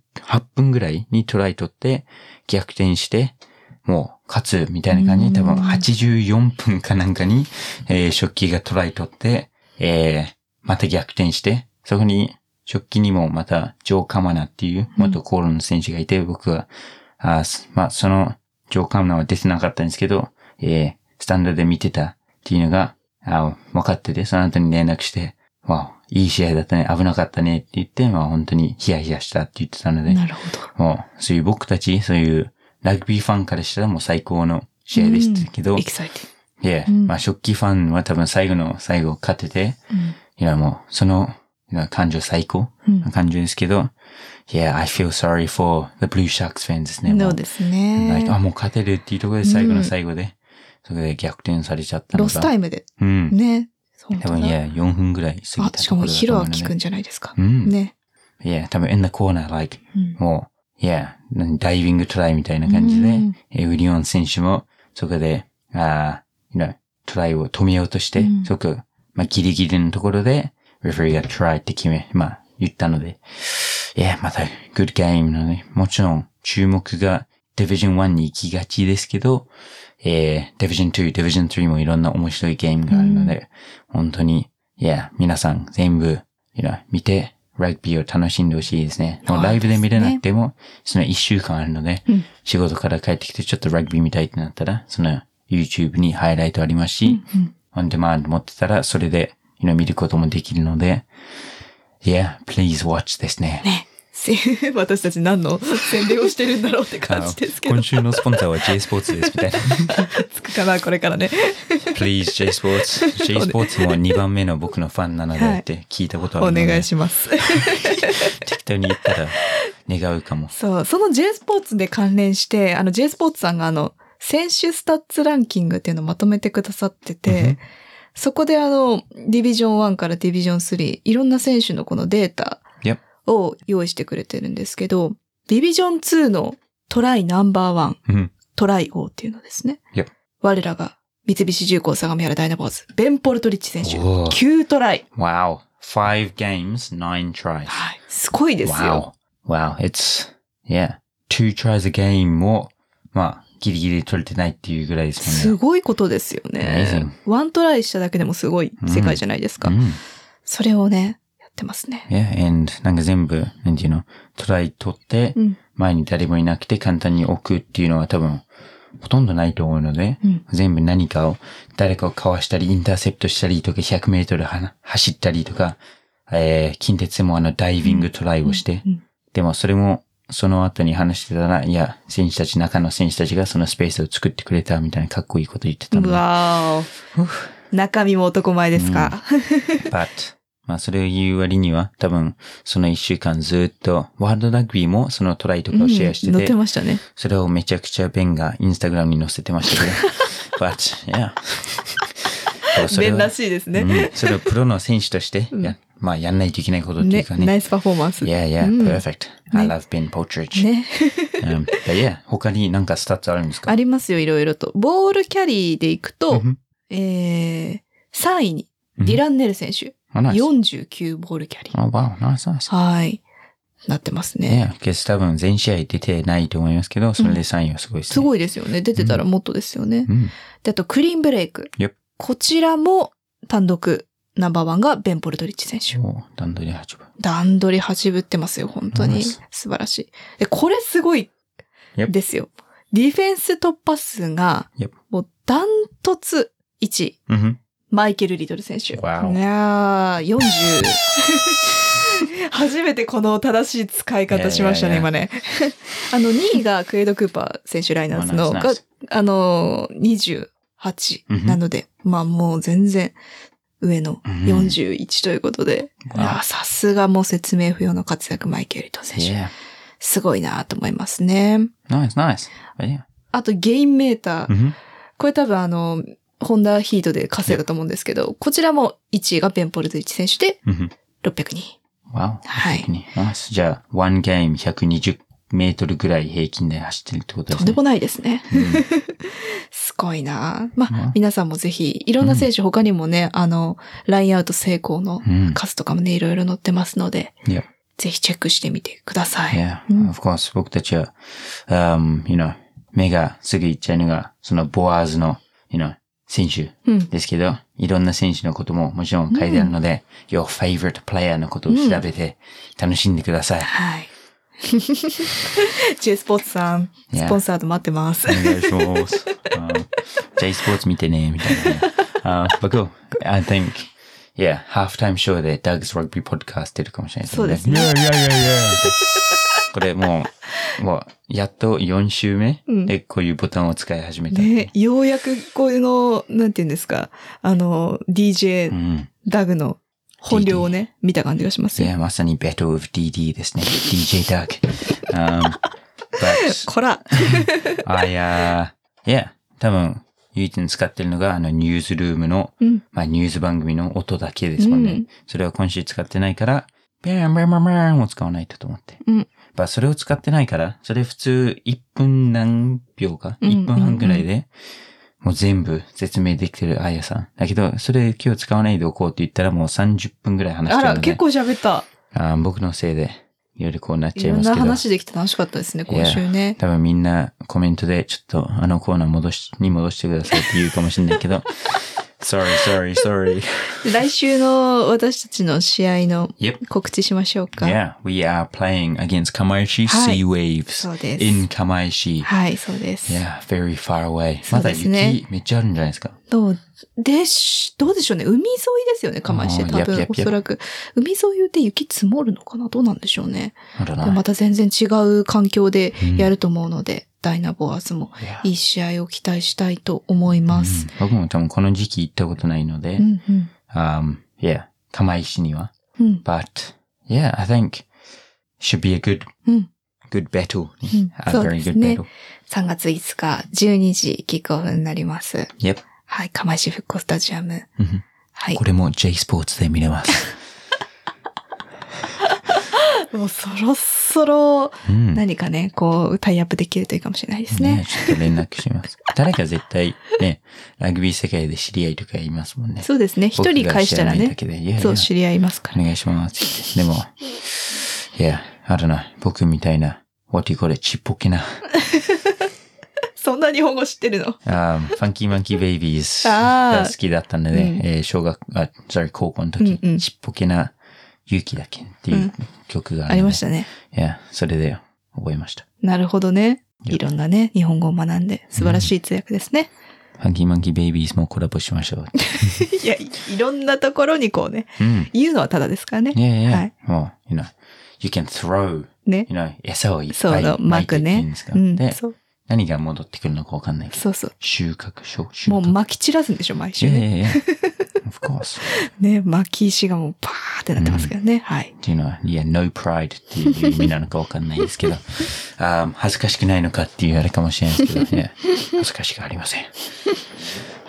Speaker 1: 分ぐらいにトライ取って逆転して、もう勝つみたいな感じ
Speaker 2: うん
Speaker 1: に多分84分かなんかに、えー、食器がトライ取って、えー、また逆転して、そこに食器にもまたジョー・カマナっていう元コールの選手がいて、僕は、あーすまあ、そのジョー・カマナは出てなかったんですけど、えー、スタンドで見てたっていうのが、あー分かってて、その後に連絡して、わあ、いい試合だったね、危なかったねって言って、まあ本当にヒヤヒヤしたって言ってたので、
Speaker 2: なるほど。
Speaker 1: もう、そういう僕たち、そういうラグビーファンからしたらもう最高の試合でしたけど、
Speaker 2: うん
Speaker 1: い
Speaker 2: エキサイティング
Speaker 1: や、
Speaker 2: うん
Speaker 1: まあ、食器ファンは多分最後の最後勝てて、
Speaker 2: うん
Speaker 1: いや、もう、その、いや感情最高
Speaker 2: うん
Speaker 1: な感情ですけど、いや、I feel sorry for the Blue Sharks fans ですね。
Speaker 2: そ
Speaker 1: も
Speaker 2: う
Speaker 1: う
Speaker 2: ですね。
Speaker 1: あ、もう勝てるっていうところで最後の最後で、そこで逆転されちゃったの
Speaker 2: ロ
Speaker 1: が。
Speaker 2: スタイムで。
Speaker 1: うん。
Speaker 2: ね。本
Speaker 1: 多
Speaker 2: 当
Speaker 1: 分、い
Speaker 2: だ
Speaker 1: や、4分ぐらい過ぎ
Speaker 2: あ、
Speaker 1: た
Speaker 2: し
Speaker 1: と
Speaker 2: か
Speaker 1: ころ
Speaker 2: も、
Speaker 1: だ
Speaker 2: ヒ
Speaker 1: と
Speaker 2: ロ
Speaker 1: 思う
Speaker 2: ア
Speaker 1: ので。
Speaker 2: キくんじゃないですか。
Speaker 1: うん
Speaker 2: ね。
Speaker 1: Yeah, 多分 in the corner, like,
Speaker 2: うん
Speaker 1: もう、yeah, 何ダイビングトライみたいな感じで、
Speaker 2: うん
Speaker 1: えーウィリオン選手も、そこで、あー you know, トライを止めようとして、
Speaker 2: うん
Speaker 1: そこ、まあ、ギリギリのところで、レフェリーがトライって決め、まあ、言ったので、いや、また、グッドゲームなので、もちろん、注目が、ディビジョン1に行きがちですけど、えー、ディビジョン2、ディビジョン3もいろんな面白いゲームがあるので、本当に、いや、皆さん全部、you know 見て、ラグビーを楽しんでほしいですね。もうライブで見れなくても、その1週間あるので、
Speaker 2: うん
Speaker 1: 仕事から帰ってきてちょっとラグビー見たいってなったら、その YouTube にハイライトありますし、
Speaker 2: うん
Speaker 1: オンデマンド持ってたら、それで、you know 見ることもできるので、Yeah, please watch ですね。
Speaker 2: ね。せ [LAUGHS] 私たち何の宣伝をしてるんだろうって感じですけど
Speaker 1: 今、週のスポンサーは J スポーツですみたいな。
Speaker 2: [LAUGHS] つくかな、これからね。
Speaker 1: Please J スポーツ。J スポーツも2番目の僕のファンなの
Speaker 2: は
Speaker 1: で
Speaker 2: い
Speaker 1: って聞いたことある
Speaker 2: お
Speaker 1: ので、
Speaker 2: 願いします。
Speaker 1: 適当に言ったら願うかも。
Speaker 2: そう、その J スポーツで関連して、あの J スポーツさんがあの、選手スタッツランキングっていうのをまとめてくださって
Speaker 1: うんうん
Speaker 2: て、そこであの、ディビジョン1からディビジョン3、いろんな選手のこのデータ
Speaker 1: Yep.
Speaker 2: を用意してくれてるんですけど、ディビジョン2のトライナンバーワン、
Speaker 1: うん。
Speaker 2: トライ王っていうのですね。
Speaker 1: Yep.
Speaker 2: 我らが三菱重工相模原ダイナボーズ、ベン・ポルトリッチ選手、
Speaker 1: おー
Speaker 2: 9トライ。
Speaker 1: Wow. Five games, nine
Speaker 2: [SIGHS]
Speaker 1: tries.
Speaker 2: はい。すごいですよ。
Speaker 1: Wow. Wow. It's, yeah. Two tries a game も、まあ、ギリギリ取れてないっていうぐらいですも
Speaker 2: す
Speaker 1: んね。
Speaker 2: ごいことですよね。ワントライしただけでもすごい世界じゃないですか。
Speaker 1: うん。
Speaker 2: それをね、やってますね。
Speaker 1: Yeah, and なんか全部、なんていうの、トライ取って、
Speaker 2: うん。
Speaker 1: 前に誰もいなくて簡単に置くっていうのは多分、ほとんどないと思うので、
Speaker 2: うん
Speaker 1: 全部何かを、誰かをかわしたり、インターセプトしたりとか、100メートルはな走ったりとか、えー、近鉄でもあの、ダイビングトライをして、
Speaker 2: うん
Speaker 1: でもそれも、その後に話してたら、いや、選手たち、中の選手たちがそのスペースを作ってくれたみたいなかっこいいこと言ってたの
Speaker 2: う
Speaker 1: で。
Speaker 2: わー中身も男前ですか。
Speaker 1: But, まあそれを言う割には、多分、その一週間ずっと、ワールドラグビーもそのトライとかをシェアして
Speaker 2: 乗
Speaker 1: て、
Speaker 2: ってましたね。
Speaker 1: それをめちゃくちゃベンがインスタグラムに載せてましたけ
Speaker 2: [LAUGHS]
Speaker 1: ど。But, yeah. でもそれ
Speaker 2: 弁
Speaker 1: は
Speaker 2: らしいですね。
Speaker 1: うんそれをプロの選手としてや、まあやんないといけないことっていう
Speaker 2: ね、
Speaker 1: かね。
Speaker 2: ナイスパフォーマンス。
Speaker 1: yeah, yeah,
Speaker 2: うん
Speaker 1: perfect. I love Ben Partridge.
Speaker 2: ね。
Speaker 1: Um, but yeah, 他になんかスタッツあるんですか
Speaker 2: ありますよ、いろいろと。ボールキャリーでいくと
Speaker 1: うん、
Speaker 2: えー、3位に、ディランネル選手。
Speaker 1: あ、ナイス。
Speaker 2: 49ボールキャリー。
Speaker 1: あ、わお、ナイスナイス。
Speaker 2: はい。なってますね。
Speaker 1: Yeah, ゲス多分全試合出てないと思いますけど、それで3位はすごいですね。
Speaker 2: すごいですよね。出てたらもっとですよね。
Speaker 1: うん。
Speaker 2: で、あと、クリーンブレイク。
Speaker 1: Yep
Speaker 2: こちらも単独ナンバーワンがベン・ポルトリッチ選手。
Speaker 1: お段取り8分。
Speaker 2: 段取り走ぶってますよ、本当
Speaker 1: ナ
Speaker 2: に。
Speaker 1: イス
Speaker 2: 素晴らしい。で、これすごい
Speaker 1: Yep
Speaker 2: ですよ。ディフェンス突破数が
Speaker 1: Yep、
Speaker 2: もうダントツ1位。
Speaker 1: うんふん。
Speaker 2: マイケル・リトル選手。い
Speaker 1: Wow
Speaker 2: やー、40。初めてこの正しい使い方しましたね、
Speaker 1: いやいや
Speaker 2: 今ね。あの、2位がクエイド・クーパー選手ライナーズの、
Speaker 1: まあ
Speaker 2: が
Speaker 1: ナイス
Speaker 2: あのー、
Speaker 1: うんう
Speaker 2: 28
Speaker 1: ん
Speaker 2: なので、まあもう全然上の
Speaker 1: うん
Speaker 2: 41ということで、
Speaker 1: Wow
Speaker 2: いやーさすがもう説明不要の活躍、マイケル・リトル選手。
Speaker 1: Yeah.
Speaker 2: すごいなと思いますね。
Speaker 1: Nice, nice. But yeah.
Speaker 2: あと、ゲインメーター。
Speaker 1: Mhm.
Speaker 2: これ多分あの、ホンダヒートで稼いだと思うんですけど、こちらも1位がベン・ポルズイチ選手で
Speaker 1: Mhm.
Speaker 2: 602。
Speaker 1: Wow.
Speaker 2: はい
Speaker 1: 確かに Nice. じゃあ、1ゲーム120メートルぐらい平均で走ってるってことで
Speaker 2: と
Speaker 1: す
Speaker 2: んで
Speaker 1: ね。
Speaker 2: もないですね。
Speaker 1: うん
Speaker 2: すごいなま
Speaker 1: うん
Speaker 2: あ、皆さんもぜひ、いろんな選手他にもね、あの、ラインアウト成功の
Speaker 1: うん
Speaker 2: 数とかもね、いろいろ載ってますので、
Speaker 1: Yeah.
Speaker 2: ぜひチェックしてみてください。
Speaker 1: Yeah,
Speaker 2: うん
Speaker 1: of course. 僕たちは、um, you know, 目がすぐ行っちゃうのが、そのボアーズの、you know, 選手
Speaker 2: うん。
Speaker 1: ですけど、いろんな選手のことももちろん書いてあるので、your favorite player のことを調べて楽しんでください。
Speaker 2: はい。J スポーツさん、
Speaker 1: Yeah
Speaker 2: スポンサード待ってます。
Speaker 1: お願いし [LAUGHS] ます。J スポーツ見てね、みたいなね。 [LAUGHS] あー but cool. I think, yeah, halftime show で Doug's Rugby Podcast 出るかもしれない
Speaker 2: そうですね
Speaker 1: Yeah, yeah, yeah, yeah. これもう、もう、やっと4週目
Speaker 2: うん
Speaker 1: でこういうボタンを使い始めた。
Speaker 2: ね、ようやくこういうの、なんて言うんですか、あの、DJ
Speaker 1: うん。
Speaker 2: ダグの本領をね、見た感じがします
Speaker 1: い
Speaker 2: よ。
Speaker 1: や、まさに Battle of DD ですね。DJ Doug.
Speaker 2: [LAUGHS]
Speaker 1: Um, but
Speaker 2: こら
Speaker 1: [LAUGHS] I, uh, yeah, 多分、唯一に使ってるのが、あの、ニュースルームの
Speaker 2: うん。
Speaker 1: まあ、ニュース番組の音だけですもんね。
Speaker 2: うん
Speaker 1: それは今週使ってないから、ビャンビャンビャンビャンを使わないとと思って。
Speaker 2: うん
Speaker 1: まあ、それを使ってないから、それ普通1分何秒か、
Speaker 2: うん
Speaker 1: 1分半くらいで、もう全部説明できてるあやさん。だけど、それ今日使わないでおこうって言ったらもう30分くらい話し
Speaker 2: あ
Speaker 1: てる
Speaker 2: ら、
Speaker 1: ので。
Speaker 2: 結構喋った。
Speaker 1: あー僕のせいで、いろいろこうなっ
Speaker 2: い
Speaker 1: ちゃい
Speaker 2: ろ
Speaker 1: ま
Speaker 2: ん
Speaker 1: す
Speaker 2: な
Speaker 1: けど。
Speaker 2: 話できて楽しかったですね、今週ね。
Speaker 1: 多分みんなコメントでちょっとあのコーナー戻し、に戻してくださいって言うかもしれないけど。sorry, sorry, sorry.
Speaker 2: 来週の私たちの試合の
Speaker 1: Yep.
Speaker 2: 告知しましょうか。
Speaker 1: Yeah, we are playing against Kamaishi
Speaker 2: はい
Speaker 1: Sea Waves
Speaker 2: そうです
Speaker 1: in Kamaishi.
Speaker 2: はい、そうです。
Speaker 1: Yeah, very far away.
Speaker 2: そ
Speaker 1: ま
Speaker 2: う
Speaker 1: だ
Speaker 2: ですね
Speaker 1: 雪めっちゃあるんじゃないですか。
Speaker 2: どうでし、どうでしょうね。海沿いですよね、釜石
Speaker 1: うん
Speaker 2: 多
Speaker 1: やっや
Speaker 2: 分
Speaker 1: っ、
Speaker 2: おそらく。海沿いで雪積もるのかなどうなんでしょうね。
Speaker 1: I don't
Speaker 2: でも
Speaker 1: know.
Speaker 2: また全然違う環境でやると思うので、ダイナボアーズも
Speaker 1: Yeah.
Speaker 2: いい試合を期待したいと思い
Speaker 1: うん
Speaker 2: ます。
Speaker 1: 僕も多分この時期行ったことないので
Speaker 2: う、ん、うん、
Speaker 1: um, yeah, 釜石には。
Speaker 2: うん、
Speaker 1: But, yeah, I think should be a good,
Speaker 2: うん。
Speaker 1: good battle.
Speaker 2: うん
Speaker 1: A
Speaker 2: そうで
Speaker 1: very
Speaker 2: す
Speaker 1: good
Speaker 2: ね
Speaker 1: battle.。
Speaker 2: 3月5日12時キックオフになります。
Speaker 1: Yep. Mm-hmm.
Speaker 2: はい、釜石復興スタジアム。
Speaker 1: うん
Speaker 2: はい
Speaker 1: こ。れも J スポーツで見れます。
Speaker 2: [LAUGHS] もうそろそろ
Speaker 1: うん
Speaker 2: 何かね、こう、タイアップできるといいかもしれないですね。
Speaker 1: ねちょっと連絡し
Speaker 2: [LAUGHS]
Speaker 1: ます。誰か絶対ね、ラグビー世界で知り合いとかいますもんね。
Speaker 2: そうですね。一人返したら
Speaker 1: 僕が知、らな
Speaker 2: ね
Speaker 1: いだけでいやいや
Speaker 2: そう、知り合いますか
Speaker 1: お
Speaker 2: ら。
Speaker 1: 願いします。でも、いや、あるな。僕みたいな、what do you call it? ちっぽけな。
Speaker 2: そんな日本語知ってるの
Speaker 1: あーファンキーマンキーベイビーズ
Speaker 2: [LAUGHS] あー
Speaker 1: が好きだったので、
Speaker 2: うん
Speaker 1: えー小学、あ、sorry、高校の時、
Speaker 2: うんうん
Speaker 1: ちっぽけな勇気だけっていう曲があ,、
Speaker 2: ありましたね。
Speaker 1: た。いや、それで覚えました。
Speaker 2: なるほどね。
Speaker 1: いや
Speaker 2: いろんなね、日本語を学んで、素晴らしい通訳ですね。
Speaker 1: ファンキーマンキーベイビーズもコラボしましょう。
Speaker 2: いや、いいろんなところにこうね、
Speaker 1: うん。
Speaker 2: 言うのはただですから
Speaker 1: い
Speaker 2: ね。
Speaker 1: やいや、
Speaker 2: はい
Speaker 1: もう、you know, you can throw
Speaker 2: ね。
Speaker 1: you know, 餌をいっ
Speaker 2: そ
Speaker 1: ぱ
Speaker 2: う
Speaker 1: い
Speaker 2: の、
Speaker 1: 巻い
Speaker 2: 巻
Speaker 1: てって
Speaker 2: く
Speaker 1: いうん
Speaker 2: ね
Speaker 1: ですか。。
Speaker 2: うん
Speaker 1: で、
Speaker 2: そう
Speaker 1: 何が戻ってくるのかわかんないけど。
Speaker 2: そうそう。
Speaker 1: 収穫賞、収穫。
Speaker 2: もう巻き散らすんでしょ、毎
Speaker 1: い
Speaker 2: 週
Speaker 1: やい
Speaker 2: ね。
Speaker 1: やいや。of
Speaker 2: [LAUGHS]
Speaker 1: course.
Speaker 2: ね、巻き石がもうパーってなってますけどね。はい。
Speaker 1: っていうのは、いや、no pride っていう意味なのかわかんないですけど、あー恥ずかしくないのかっていうあれかもしれないですけど、いや、恥ずかしくありません。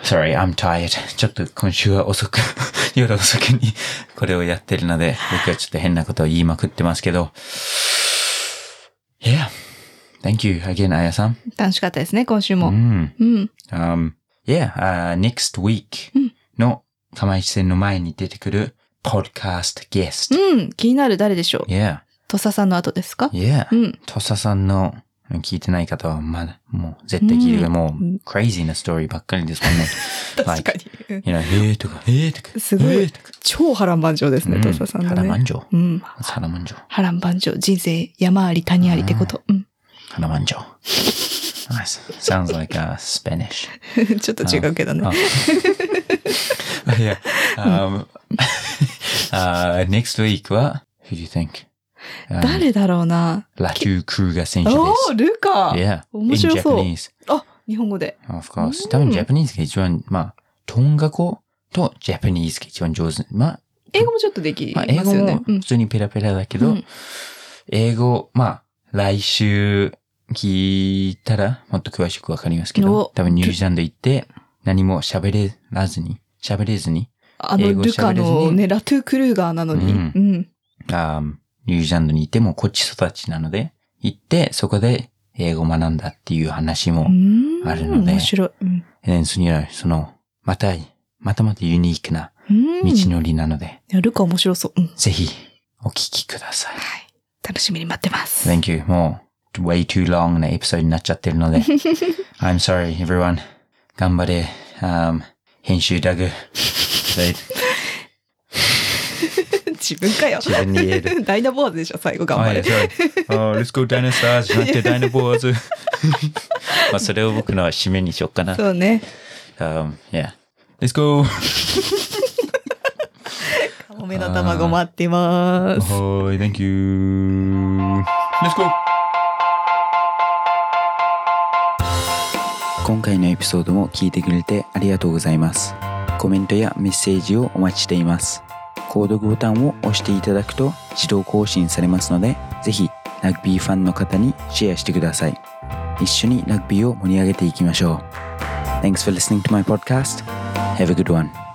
Speaker 1: Sorry, I'm tired. ちょっと今週は遅く、 [LAUGHS] 夜遅くにこれをやってるので、僕はちょっと変なことを言いまくってますけど、Yeah. Thank you again, Aya さん。
Speaker 2: 楽しかったですね、今週
Speaker 1: う
Speaker 2: も。
Speaker 1: ん。
Speaker 2: うん。
Speaker 1: Um, yeah, uh, next week
Speaker 2: うん
Speaker 1: の釜石戦の前に出てくる podcast guest.
Speaker 2: うん。気になる誰でしょう
Speaker 1: Yeah,
Speaker 2: 土佐さんの後ですか
Speaker 1: yeah.
Speaker 2: うん。
Speaker 1: 土佐さんの聞いてない方はまだ、もう絶対聞いて
Speaker 2: う
Speaker 1: る。
Speaker 2: ん
Speaker 1: も
Speaker 2: うん
Speaker 1: う、クレイジーなストーリーばっかりですもんね。
Speaker 2: [LAUGHS] 確か
Speaker 1: Like,
Speaker 2: に。う
Speaker 1: い
Speaker 2: ん
Speaker 1: や、へえとか、へえとか。
Speaker 2: すごい
Speaker 1: へーとか
Speaker 2: 超波乱万丈ですね、土佐さん
Speaker 1: う
Speaker 2: の
Speaker 1: 花
Speaker 2: ね
Speaker 1: 満。丈。
Speaker 2: うん。
Speaker 1: 花満丈。
Speaker 2: 波乱万丈。人生山あり谷ありってこと。うん。
Speaker 1: 花満丈。 Nice. Sounds like uh, Spanish.
Speaker 2: [LAUGHS] ちょっと違うけどね。
Speaker 1: Oh. yeah. Um, [LAUGHS] uh, next week, what? Who do you think? Um,
Speaker 2: 誰だろうな。
Speaker 1: Latu Kruger 選手で
Speaker 2: おお、ルカ
Speaker 1: す。Yeah.
Speaker 2: 面
Speaker 1: In
Speaker 2: 白そう。
Speaker 1: Japanese.
Speaker 2: あ、日本語で。
Speaker 1: Of course.
Speaker 2: うん
Speaker 1: 多分 Japanese が一番、まあ、トンガ語と Japanese が一番上手。まあ、
Speaker 2: 英語もちょっとでき
Speaker 1: まあ英
Speaker 2: ま、す
Speaker 1: 語
Speaker 2: よね
Speaker 1: も。
Speaker 2: うん
Speaker 1: 普通にペラペラだけど、
Speaker 2: うん
Speaker 1: 英語、まあ、来週聞いたらもっと詳しくわかりますけど
Speaker 2: お、
Speaker 1: 多分ニュージーランド行って何も喋れらずに、喋れずに、
Speaker 2: あ
Speaker 1: 英
Speaker 2: の、
Speaker 1: 語
Speaker 2: ルカ
Speaker 1: 喋れずに
Speaker 2: のね、ラトゥ・クルーガーなのに。
Speaker 1: う
Speaker 2: うんん。
Speaker 1: あーニュージーランドに行ってもこっち育ちなので、行ってそこで英語を学んだっていう話も、
Speaker 2: うん。
Speaker 1: あるので
Speaker 2: 面白い。うん。
Speaker 1: エレンスにはその、また、またまたユニークな
Speaker 2: うん
Speaker 1: 道
Speaker 2: い
Speaker 1: のりなので、
Speaker 2: や、ルカ面白そう。うん。は
Speaker 1: ぜひお聞きください。
Speaker 2: い。楽しみに待ってます。
Speaker 1: Thank you. もう、way too long なエピソードになっちゃってるので。I'm sorry, everyone. 頑張れ。Um, 編集ダグ。で
Speaker 2: [LAUGHS] 自分かよ。
Speaker 1: 自分に言える。
Speaker 2: [LAUGHS] ダイナボーズでしょ、最後頑張れ。
Speaker 1: はい、そう。Oh, let's go dinosaurs じゃな [LAUGHS] くて dinosaurs. まあ、それを僕の締めにしようかな。
Speaker 2: そうね。
Speaker 1: Um, yeah. Let's go.
Speaker 2: カモメの卵待ってます。
Speaker 1: はい、thank you. Let's go! 今回のエピソードも聞いてくれてありがとうございます。コメントやメッセージをお待ちしています。購読ボタンを押していただくと自動更新されますので、ぜひラグビーファンの方にシェアしてください。一緒にラグビーを盛り上げていきましょう。Thanks for listening to my podcast. Have a good one.